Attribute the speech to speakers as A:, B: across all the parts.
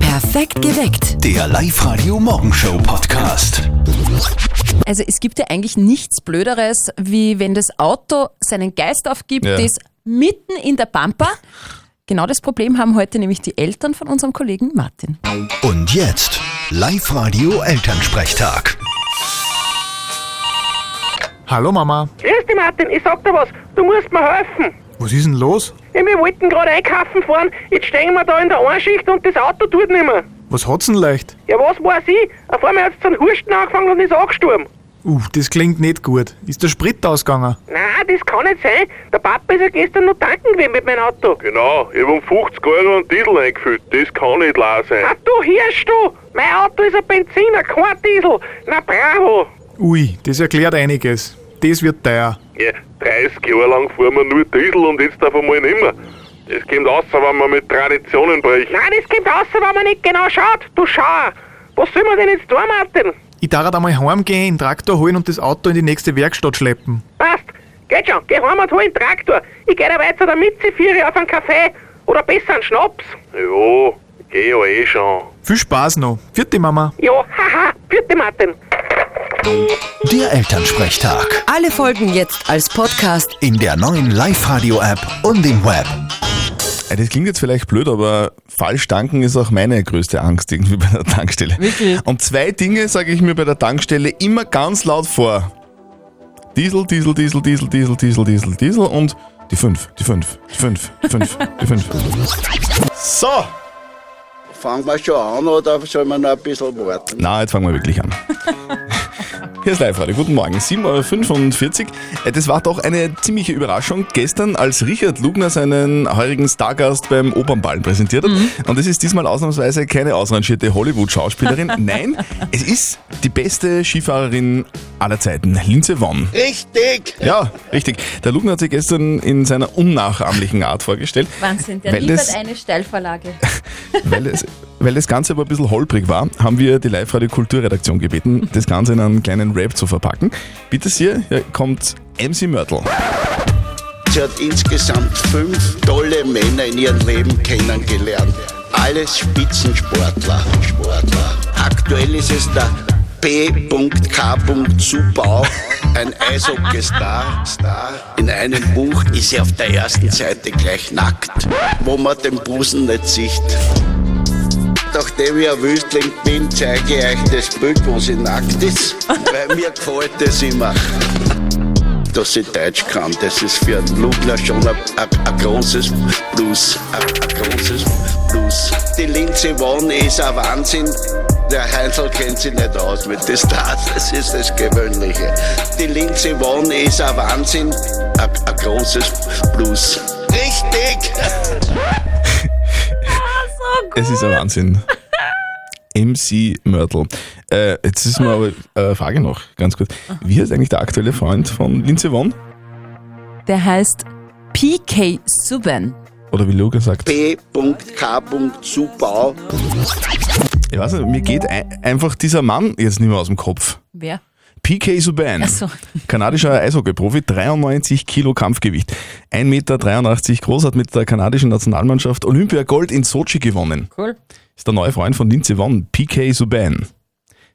A: Perfekt geweckt.
B: Der Live-Radio Morgenshow Podcast.
C: Also es gibt ja eigentlich nichts Blöderes, wie wenn das Auto seinen Geist aufgibt,
D: Ja.
C: das mitten in der Pampa. Genau das Problem haben heute nämlich die Eltern von unserem Kollegen Martin.
B: Und jetzt Live-Radio Elternsprechtag.
D: Hallo Mama.
E: Grüß dich, Martin, ich sag dir was, du musst mir helfen.
D: Was ist denn los?
E: Ja, wir wollten gerade einkaufen fahren, jetzt stehen wir da in der Einschicht und das Auto tut nicht mehr.
D: Was hat's denn leicht?
E: Ja, was weiß ich? Auf einmal hat's zu Husten angefangen und ist angestorben.
D: Uff, Uh, das klingt nicht gut. Ist der Sprit ausgegangen?
E: Nein, das kann nicht sein. Der Papa ist ja gestern noch tanken gewesen mit meinem Auto.
F: Genau, ich hab um 50 Euro einen Diesel eingefüllt. Das kann nicht leer sein.
E: Ach, du Hirsch, du! Mein Auto ist ein Benziner, kein Diesel. Na, bravo!
D: Ui, das erklärt einiges. Das wird teuer.
F: Ja, 30 Jahre lang fahren wir nur Diesel und jetzt auf einmal nicht mehr. Das kommt aus, wenn man mit Traditionen bricht.
E: Nein, das kommt raus, wenn man nicht genau schaut. Du schau! Was soll man denn jetzt tun, Martin?
D: Ich darf einmal heimgehen, den Traktor holen und das Auto in die nächste Werkstatt schleppen.
E: Passt, geht schon, geh heim und hol den Traktor. Ich geh da weiter der Mitzifiere auf einen Kaffee oder besser einen Schnaps.
F: Ja, geh ja eh schon.
D: Viel Spaß noch. Vierte Mama.
E: Ja, haha, vierte Martin.
B: Der Elternsprechtag.
A: Alle Folgen jetzt als Podcast.
B: In der neuen Live-Radio-App und im Web.
G: Ja, Äh, Das klingt jetzt vielleicht blöd, aber falsch tanken ist auch meine größte Angst irgendwie bei der Tankstelle.
C: Wirklich?
G: Und zwei Dinge sage ich mir bei der Tankstelle immer ganz laut vor. Diesel, Diesel, Diesel, Diesel, Diesel, Diesel, Diesel, Diesel und die fünf, die fünf, die fünf, die fünf, die fünf. So,
H: Fangen wir schon an oder soll man noch ein bisschen warten?
G: na, jetzt fangen wir wirklich an. Hier ist live heute. Guten Morgen. 7.45 Uhr. Äh, Das war doch eine ziemliche Überraschung gestern, als Richard Lugner seinen heurigen Stargast beim Opernball präsentiert hat.
C: Mhm.
G: Und es ist diesmal ausnahmsweise keine ausrangierte Hollywood-Schauspielerin. Nein, es ist die beste Skifahrerin aller Zeiten, Linze Vonn.
H: Richtig!
G: Ja, richtig. Der Lugner hat sie gestern in seiner unnachahmlichen Art vorgestellt.
C: Wahnsinn, der
G: Weil
C: liefert
G: das- Oh
C: eine Steilvorlage.
G: Weil, es, weil das Ganze aber ein bisschen holprig war, haben wir die Live-Radio-Kulturredaktion gebeten, das Ganze in einen kleinen Rap zu verpacken. Bitte sehr, hier kommt MC Mörtel.
H: Sie hat insgesamt fünf tolle Männer in ihrem Leben kennengelernt. Alles Spitzensportler. Sportler. Aktuell ist es der P.K. Zubau, ein Eishockeystar. Star. In einem Buch ist er auf der ersten Seite gleich nackt, wo man den Busen nicht sieht. Nachdem ich ein Wüstling bin, zeige ich euch das Bild, wo sie nackt ist, weil mir gefällt das immer dass sie Deutsch kann. Das ist für einen Lugner schon ein, ein, ein großes Plus. Ein, ein großes Plus. Die Linze Won ist ein Wahnsinn. Der Heinzel kennt sich nicht aus mit den Stars, das ist das Gewöhnliche. Die Linze Won ist ein Wahnsinn, ein, ein großes Plus. Richtig!
G: Es ist ein Wahnsinn. MC Mörtel. Äh, jetzt ist mir aber eine Frage noch, ganz kurz. Wie heißt eigentlich der aktuelle Freund von Linze Vonn?
C: Der heißt PK Subban.
G: Oder wie Luca sagt.
H: P.K. Zubau.
G: Ich weiß nicht, mir geht ein, einfach dieser Mann jetzt nicht mehr aus dem Kopf.
C: Wer?
G: PK Subban.
C: Ach so.
G: Kanadischer Eishockey-Profi, 93 Kilo Kampfgewicht. 1,83 Meter groß, hat mit der kanadischen Nationalmannschaft Olympiagold in Sochi gewonnen.
C: Cool.
G: Ist der neue Freund von Lindsey Vonn, PK Subban.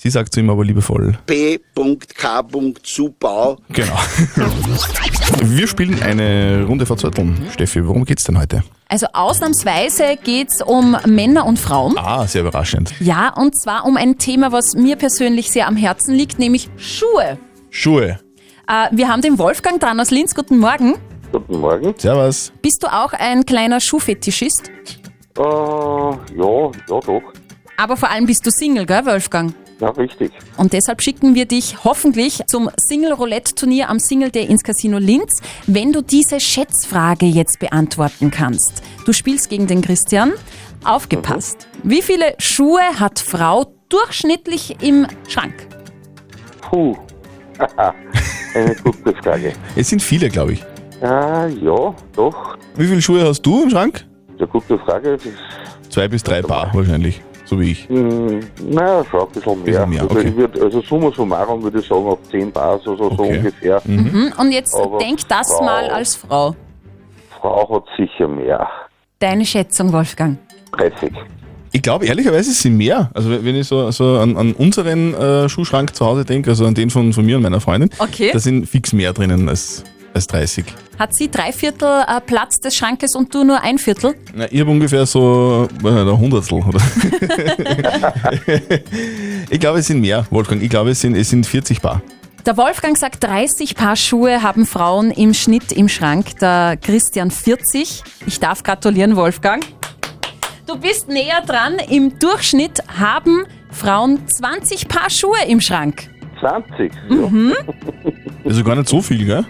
G: Sie sagt zu ihm aber liebevoll.
H: P.K. Zubau.
G: Genau. Wir spielen eine Runde verzötteln. Steffi, worum geht's denn heute?
C: Also ausnahmsweise geht's um Männer und Frauen.
G: Ah, sehr überraschend.
C: Ja, und zwar um ein Thema, was mir persönlich sehr am Herzen liegt, nämlich Schuhe.
G: Schuhe.
C: Äh, wir haben den Wolfgang dran aus Linz. Guten Morgen.
I: Guten Morgen.
G: Servus.
C: Bist du auch ein kleiner Schuhfetischist?
I: Äh, ja, ja doch.
C: Aber vor allem bist du Single, gell, Wolfgang?
I: Ja, richtig.
C: Und deshalb schicken wir dich hoffentlich zum Single-Roulette-Turnier am Single Day ins Casino Linz, wenn du diese Schätzfrage jetzt beantworten kannst. Du spielst gegen den Christian. Aufgepasst. Wie viele Schuhe hat Frau durchschnittlich im Schrank?
I: Puh. Haha, Eine gute Frage.
G: Es sind viele, glaube ich.
I: Äh, ja, doch.
G: Wie viele Schuhe hast du im Schrank?
I: Eine gute Frage. Das ist,
G: Zwei bis drei Paar wahrscheinlich. So wie ich.
I: hm, naja, schon ein bisschen mehr.
G: Bisschen mehr,
I: also,
G: okay.
I: ich würd, also summa summarum würde ich sagen, auf 10 Bars, also so
G: Okay. Mhm.
I: ungefähr.
C: Hm, Und jetzt
I: Aber
C: denk das
I: Frau-
C: mal als Frau.
I: Frau hat sicher mehr.
C: Deine Schätzung, Wolfgang.
I: 30.
G: Ich glaube, ehrlicherweise sind mehr. Also wenn ich so, so an, an unseren äh, Schuhschrank zu Hause denke, also an den von, von mir und meiner Freundin,
C: Okay.
G: da sind fix mehr drinnen als, als 30.
C: Hat sie drei Viertel äh, Platz des Schrankes und du nur ein Viertel?
G: Na, ich habe ungefähr so äh, ein Hundertstel. Oder? ich glaube, es sind mehr, Wolfgang. Ich glaube, es sind, es sind 40 Paar.
C: Der Wolfgang sagt, 30 Paar Schuhe haben Frauen im Schnitt im Schrank. Der Christian 40. Ich darf gratulieren, Wolfgang. Du bist näher dran. Im Durchschnitt haben Frauen 20 Paar Schuhe im Schrank.
I: 20.
E: Mhm.
G: Also gar nicht so viel, gell?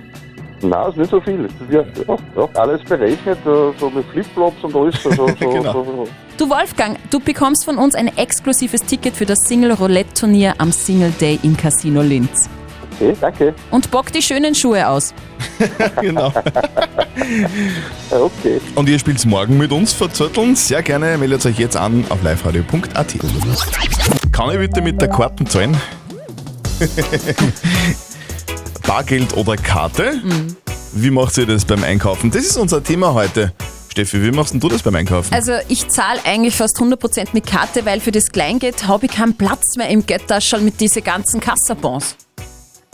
I: Ja. Nein, ist nicht so viel. Ja, ja, ja. Alles berechnet, äh, so mit Flipflops und alles. So, so, so,
G: Genau.
I: so, so.
C: Du Wolfgang, du bekommst von uns ein exklusives Ticket für das Single Roulette Turnier am Single Day im Casino Linz.
I: Okay, danke.
C: Und bock die schönen Schuhe aus.
G: genau.
I: Ja, okay.
G: Und ihr spielt's morgen mit uns, verzötteln. Sehr gerne meldet euch jetzt an auf liveradio.at. Kann ich bitte mit der Karten zahlen? Bargeld oder Karte? Wie macht ihr das beim Einkaufen? Das ist unser Thema heute. Steffi, wie machst denn du das beim Einkaufen?
C: Also ich zahle eigentlich fast 100% mit Karte, weil für das Kleingeld habe ich keinen Platz mehr im Geldtaschel mit diesen ganzen Kassabons.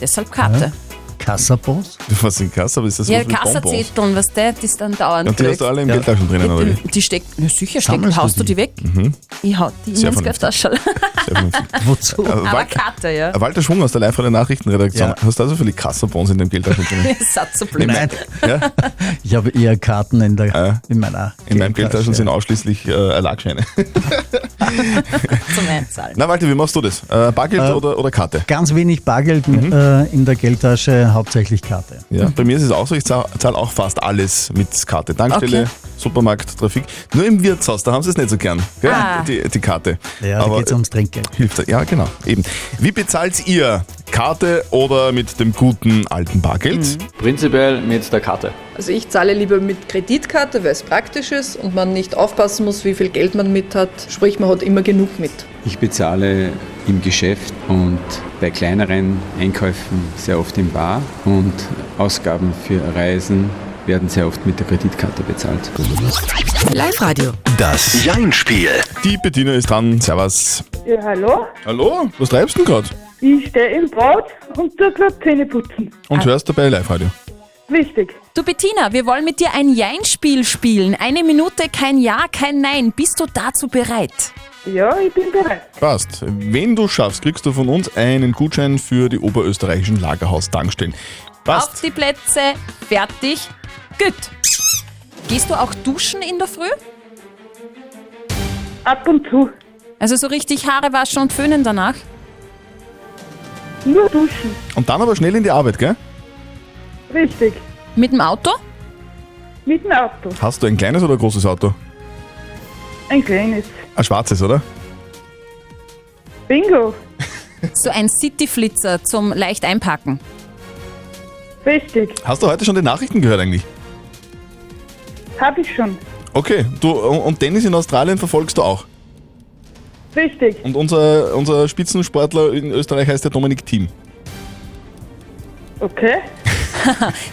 C: Deshalb Karte.
J: Kassabons?
G: Was in Kasse, aber ist das
C: Ja,
G: was mit Bonbons?
C: Kassazetteln, was der, die ist dann dauernd.
G: Und die hast du alle im
J: Ja.
G: Geldtaschen drinnen, oder wie?
C: die, die steckt, na sicher steckt,
J: Sammelst du
C: haust du
J: die?
C: die weg? Ich hau die in
G: Mhm. Sehr
C: ins
G: vernünftig.
C: Geldtaschel.
G: Sehr vernünftig.
J: Wozu?
G: Äh,
C: Aber
G: Wal-
C: Karte, ja.
G: äh, Walter Schwung aus der live der Nachrichtenredaktion.
J: Ja.
G: Hast du also viele Kassabons in dem Geldtaschen drinnen?
C: Das ist so blöd.
J: Nein,
G: ja?
J: ich habe eher Karten in, der,
G: Ah.
J: in meiner
G: In meinem Geldtaschen
J: Geldtasche.
G: sind ausschließlich äh, Erlagscheine.
C: zum Einzahlen.
G: Na, Walter, wie machst du das? Äh, Bargeld oder, oder Karte?
J: Ganz wenig Bargeld
G: Mhm.
J: äh, in der Geldtasche, hauptsächlich Karte.
G: Ja. Bei mir ist es auch so, ich zahle zahl auch fast alles mit Karte. Tankstelle,
C: Okay.
G: Supermarkt, Trafik. Nur im Wirtshaus, da haben sie es nicht so gern, gell?
C: Ah.
G: Die, die Karte.
J: Ja, da geht es ums Trinkgeld.
G: äh, hilft. Ja, genau. Eben. Wie bezahlt ihr? Karte oder mit dem guten alten Bargeld?
I: Prinzipiell mit der Karte.
E: Also ich zahle lieber mit Kreditkarte, weil es praktisch ist und man nicht aufpassen muss, wie viel Geld man mit hat. Sprich, man hat immer genug mit.
I: Ich bezahle im Geschäft und bei kleineren Einkäufen sehr oft im Bar und Ausgaben für Reisen werden sehr oft mit der Kreditkarte bezahlt.
A: Live-Radio.
B: Das Jein-Spiel.
G: Die Bettina ist dran. Servus.
E: Ja, hallo?
G: Hallo, was treibst du denn gerade?
E: Ich stehe im Bad und tue gerade Zähne putzen.
G: Und hörst dabei Live-Radio.
E: Wichtig.
C: Du Bettina, wir wollen mit dir ein Jein-Spiel spielen. Eine Minute, kein Ja, kein Nein. Bist du dazu bereit?
E: Ja, ich bin bereit.
G: Passt. Wenn du schaffst, kriegst du von uns einen Gutschein für die oberösterreichischen Lagerhaus-Tankstellen.
C: Auf
G: Passt.
C: die Plätze, fertig, gut. Gehst du auch duschen in der Früh?
E: Ab und zu.
C: Also so richtig Haare waschen und föhnen danach?
E: Nur duschen.
G: Und dann aber schnell in die Arbeit, gell?
E: Richtig.
C: Mit dem Auto?
E: Mit dem Auto.
G: Hast du ein kleines oder ein großes Auto?
E: Ein kleines.
G: Ein schwarzes, oder?
E: Bingo.
C: So ein Cityflitzer zum leicht einpacken.
E: Richtig.
G: Hast du heute schon die Nachrichten gehört eigentlich?
E: Hab ich schon.
G: Okay, du und Tennis in Australien verfolgst du auch.
E: Richtig.
G: Und unser, unser Spitzensportler in Österreich heißt der Dominik Thiem.
E: Okay.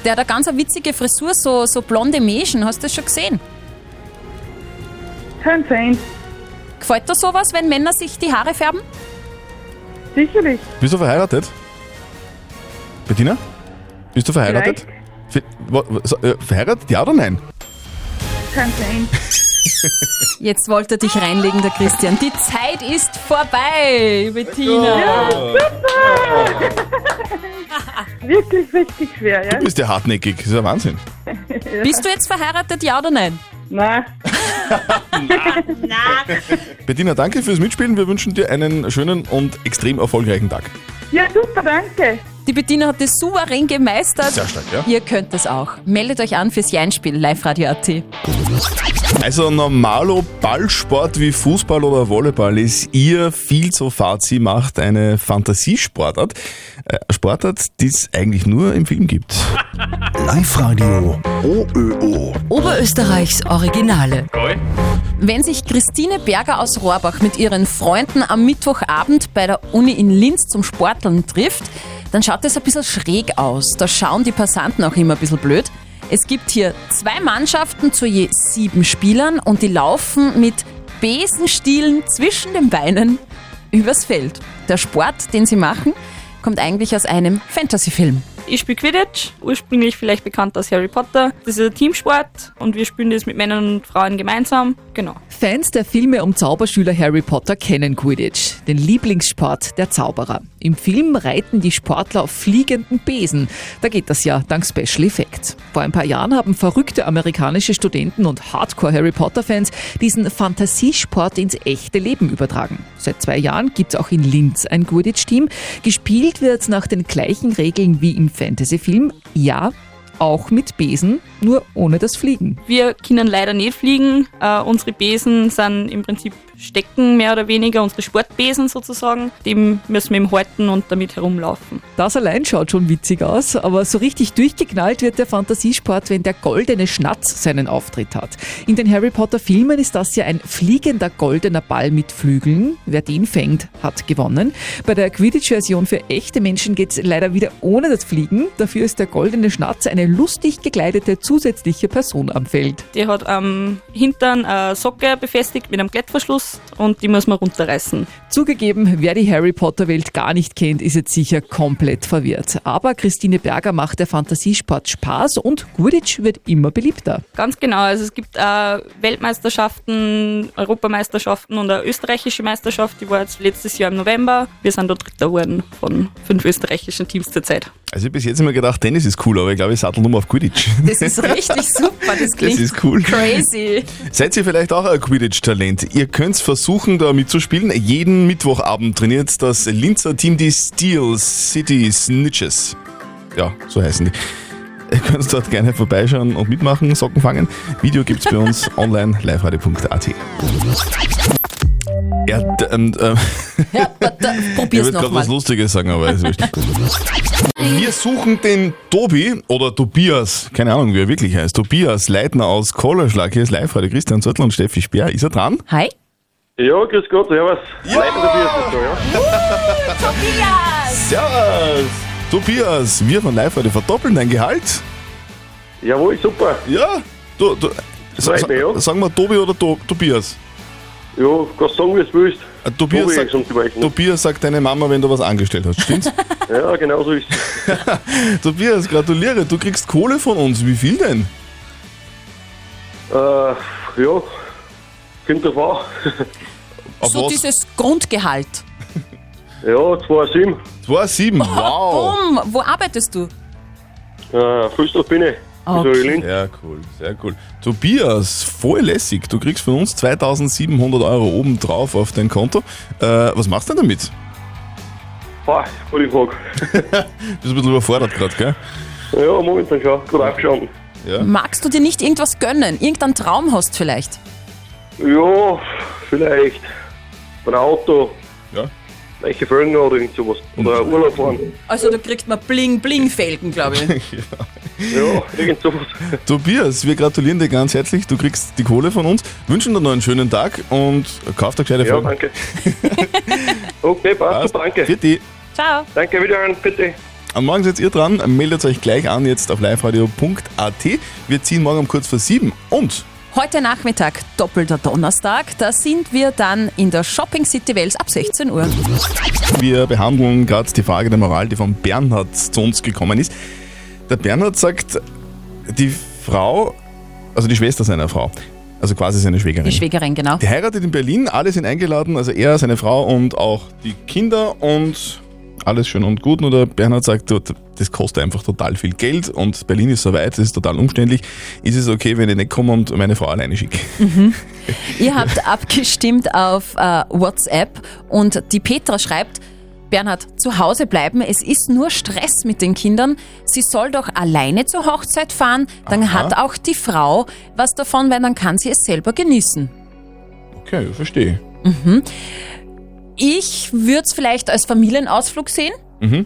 C: Der hat eine ganz witzige Frisur, so, so blonde Mäschen. Hast du das schon gesehen?
E: Kann sein.
C: Gefällt dir sowas, wenn Männer sich die Haare färben?
E: Sicherlich.
G: Bist du verheiratet? Bettina? Bist du verheiratet? Ver wa- wa- so, äh, verheiratet, ja oder nein?
E: Kann sein.
C: Jetzt wollte er dich reinlegen, der Christian. Die Zeit ist vorbei, Bettina.
E: Wirklich richtig schwer, ja?
G: Du bist ja hartnäckig, das ist ja Wahnsinn.
C: Bist du jetzt verheiratet, ja oder nein?
E: Nein.
G: Bettina, danke fürs Mitspielen. Wir wünschen dir einen schönen und extrem erfolgreichen Tag.
E: Ja, super, danke.
C: Die Bettina hat das souverän gemeistert.
G: Sehr stark, ja.
C: Ihr könnt es auch. Meldet euch an fürs Jeinspiel, liveradio.at.
G: Also normalo Ballsport wie Fußball oder Volleyball ist ihr viel zu fad. Sie macht eine Fantasiesportart. Äh, Sportart, die es eigentlich nur im Film gibt.
B: Live-Radio OÖO.
A: Oberösterreichs Originale.
C: Wenn sich Christine Berger aus Rohrbach mit ihren Freunden am Mittwochabend bei der Uni in Linz zum Sporteln trifft, dann schaut das ein bisschen schräg aus. Da schauen die Passanten auch immer ein bisschen blöd. Es gibt hier zwei Mannschaften zu je sieben Spielern und die laufen mit
I: Besenstielen zwischen den Beinen übers Feld. Der Sport, den sie machen, kommt eigentlich aus einem Fantasy-Film.
E: Ich spiele Quidditch, ursprünglich vielleicht bekannt aus Harry Potter. Das ist ein Teamsport und wir spielen das mit Männern und Frauen gemeinsam. Genau.
C: Fans der Filme um Zauberschüler Harry Potter kennen Quidditch, den Lieblingssport der Zauberer. Im Film reiten die Sportler auf fliegenden Besen. Da geht das ja dank Special Effects. Vor ein paar Jahren haben verrückte amerikanische Studenten und Hardcore Harry Potter Fans diesen Fantasiesport ins echte Leben übertragen. Seit zwei Jahren gibt es auch in Linz ein Quidditch-Team. Gespielt wird nach den gleichen Regeln wie im Fantasy-Film. Ja, auch mit Besen, nur ohne das Fliegen.
E: Wir können leider nicht fliegen. Äh, unsere Besen sind im Prinzip Stecken, mehr oder weniger, unsere Sportbesen sozusagen. Dem müssen wir eben halten und damit herumlaufen.
C: Das allein schaut schon witzig aus, aber so richtig durchgeknallt wird der Fantasiesport, wenn der goldene Schnatz seinen Auftritt hat. In den Harry Potter Filmen ist das ja ein fliegender goldener Ball mit Flügeln. Wer den fängt, hat gewonnen. Bei der Quidditch-Version für echte Menschen geht es leider wieder ohne das Fliegen. Dafür ist der goldene Schnatz eine lustig gekleidete zusätzliche Person am Feld.
E: Die hat am Hintern eine Socke befestigt mit einem Klettverschluss und die muss man runterreißen.
C: Zugegeben, wer die Harry Potter-Welt gar nicht kennt, ist jetzt sicher komplett verwirrt. Aber Christine Berger macht der Fantasiesport Spaß und Quidditch wird immer beliebter.
E: Ganz genau, also es gibt äh, Weltmeisterschaften, Europameisterschaften und eine österreichische Meisterschaft, die war jetzt letztes Jahr im November. Wir sind dort Dritter geworden von fünf österreichischen Teams zurzeit.
G: Also ich hab bis jetzt immer gedacht, Tennis ist cool, aber ich glaube, ich sattel nur mal auf Quidditch.
I: Das ist richtig super, das klingt
G: ist cool.
I: crazy.
G: Seid ihr vielleicht auch ein Quidditch-Talent? Ihr könnt versuchen, da mitzuspielen. Jeden Mittwochabend trainiert das Linzer Team die Steel City Snitches. Ja, so heißen die. Ihr könnt dort gerne vorbeischauen und mitmachen, Socken fangen. Video gibt's bei uns online, liveradio.at. Ja, d- ähm, ähm,
I: Ja, da, da,
G: ich
I: probier's
G: würde gerade
I: nochmal.
G: was Lustiges sagen, aber ist wurscht. Wir suchen den Tobi oder Tobias, keine Ahnung, wie er wirklich heißt. Tobias Leitner aus Kollerschlag. Hier ist live heute Christian Zürtel und Steffi Speer. Ist er dran?
I: Hi.
K: Ja, grüß Gott, servus. Ja! Leitender Bier ist das da, ja?
G: Servus! Tobias, wir von live heute verdoppeln dein Gehalt.
K: Jawohl, super.
G: Ja, du, du, sa-
K: Freut mich, ja.
G: sa- sagen wir Tobi oder to Tobias?
K: Ja, kannst sagen, wie du willst.
G: Äh, Tobias,
K: Tobi
G: sagt,
K: zum Beispiel.
G: Tobias sagt deine Mama, wenn du was angestellt hast, stimmt's?
K: Ja, genau so ist es.
G: Tobias, gratuliere, du kriegst Kohle von uns. Wie viel denn?
K: äh, ja, kommt drauf an.
G: Auf
I: So
G: was?
I: dieses Grundgehalt.
K: Ja, 2,7.
G: 2,7, wow!
I: Boom, Um, wo arbeitest du?
K: Äh, Fußballbühne. Okay.
G: Sehr cool, sehr cool. Tobias, voll lässig. Du kriegst von uns 2700 Euro obendrauf auf dein Konto. Äh, was machst du denn damit?
K: Boah, gute Frage.
G: Du bist ein bisschen überfordert gerade, gell?
K: Ja, momentan schon. Gut aufgestanden.
G: Ja.
I: Magst du dir nicht irgendwas gönnen? Irgendeinen Traum hast vielleicht?
K: Ja, vielleicht. Ein Auto.
G: Ja.
K: Welche Felgen oder irgend sowas. Oder ein Urlaub fahren.
I: Also da kriegt man Bling-Bling-Felgen, glaube ich.
K: Ja, irgend sowas.
G: Tobias, wir gratulieren dir ganz herzlich. Du kriegst die Kohle von uns. Wünschen dir noch einen schönen Tag und kauf dir gescheite
K: Ja,
G: Folgen.
K: danke. okay, passt,
G: Passt.
K: super, danke.
G: Vierte.
E: Ciao.
K: Danke, wiederhören, bitte.
G: Am Morgen seid ihr dran. Meldet euch gleich an jetzt auf liveradio.at. Wir ziehen morgen um kurz vor sieben und
I: Heute Nachmittag, doppelter Donnerstag, da sind wir dann in der Shopping City Wales ab 16 Uhr.
G: Wir behandeln gerade die Frage der Moral, die von Bernhard zu uns gekommen ist. Der Bernhard sagt, die Frau, also die Schwester seiner Frau, also quasi seine Schwägerin.
I: Die Schwägerin, genau.
G: die heiratet in Berlin, alle sind eingeladen, also er, seine Frau und auch die Kinder und alles schön und gut. Nur der Bernhard sagt, du, das kostet einfach total viel Geld und Berlin ist so weit, es ist total umständlich. Ist es okay, wenn ich nicht komme und meine Frau alleine schicke?
I: Ihr habt abgestimmt auf äh, WhatsApp und die Petra schreibt, Bernhard, zu Hause bleiben, es ist nur Stress mit den Kindern. Sie soll doch alleine zur Hochzeit fahren, dann
G: Aha.
I: hat auch die Frau was davon, weil dann kann sie es selber genießen.
G: Okay, ich verstehe.
I: Ich würde es vielleicht als Familienausflug sehen.
G: Mhm.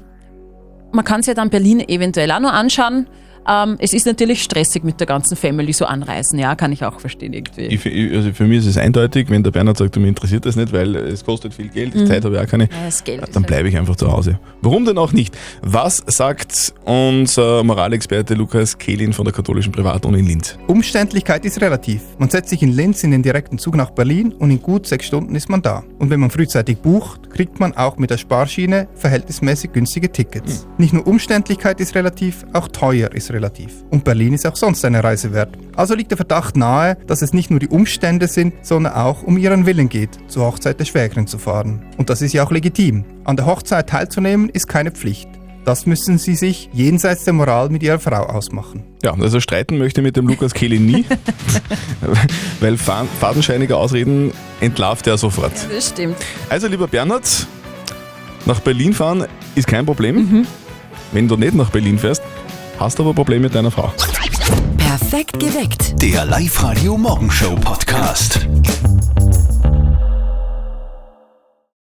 I: Man kann es ja dann Berlin eventuell auch noch anschauen.
C: Ähm, es ist natürlich stressig mit der ganzen Family so anreisen, ja, kann ich auch verstehen irgendwie.
G: Ich, ich, also für mich ist es eindeutig, wenn der Bernhard sagt, mir interessiert das nicht, weil es kostet viel Geld,
C: Mhm.
G: Zeit habe ich auch keine,
C: Ja, das Geld ist
G: dann
C: halt-
G: bleibe ich einfach zu Hause. Warum denn auch nicht? Was sagt unser Moralexperte Lukas Kehlin von der katholischen Privatuni in Linz?
L: Umständlichkeit ist relativ. Man setzt sich in Linz in den direkten Zug nach Berlin und in gut sechs Stunden ist man da. Und wenn man frühzeitig bucht, kriegt man auch mit der Sparschiene verhältnismäßig günstige Tickets. Nicht nur Umständlichkeit ist relativ, auch teuer ist relativ. Und Berlin ist auch sonst eine Reise wert. Also liegt der Verdacht nahe, dass es nicht nur die Umstände sind, sondern auch um ihren Willen geht, zur Hochzeit der Schwägerin zu fahren. Und das ist ja auch legitim. An der Hochzeit teilzunehmen ist keine Pflicht. Das müssen Sie sich jenseits der Moral mit Ihrer Frau ausmachen.
G: Ja, also streiten möchte ich mit dem Lukas Kehlin nie, weil fa- fadenscheinige Ausreden entlarvt er sofort.
C: Das stimmt.
G: Also lieber Bernhard, nach Berlin fahren ist kein Problem. Wenn du nicht nach Berlin fährst, hast du aber Probleme mit deiner Frau.
A: Perfekt geweckt.
B: Der Live-Radio Morgenshow Podcast.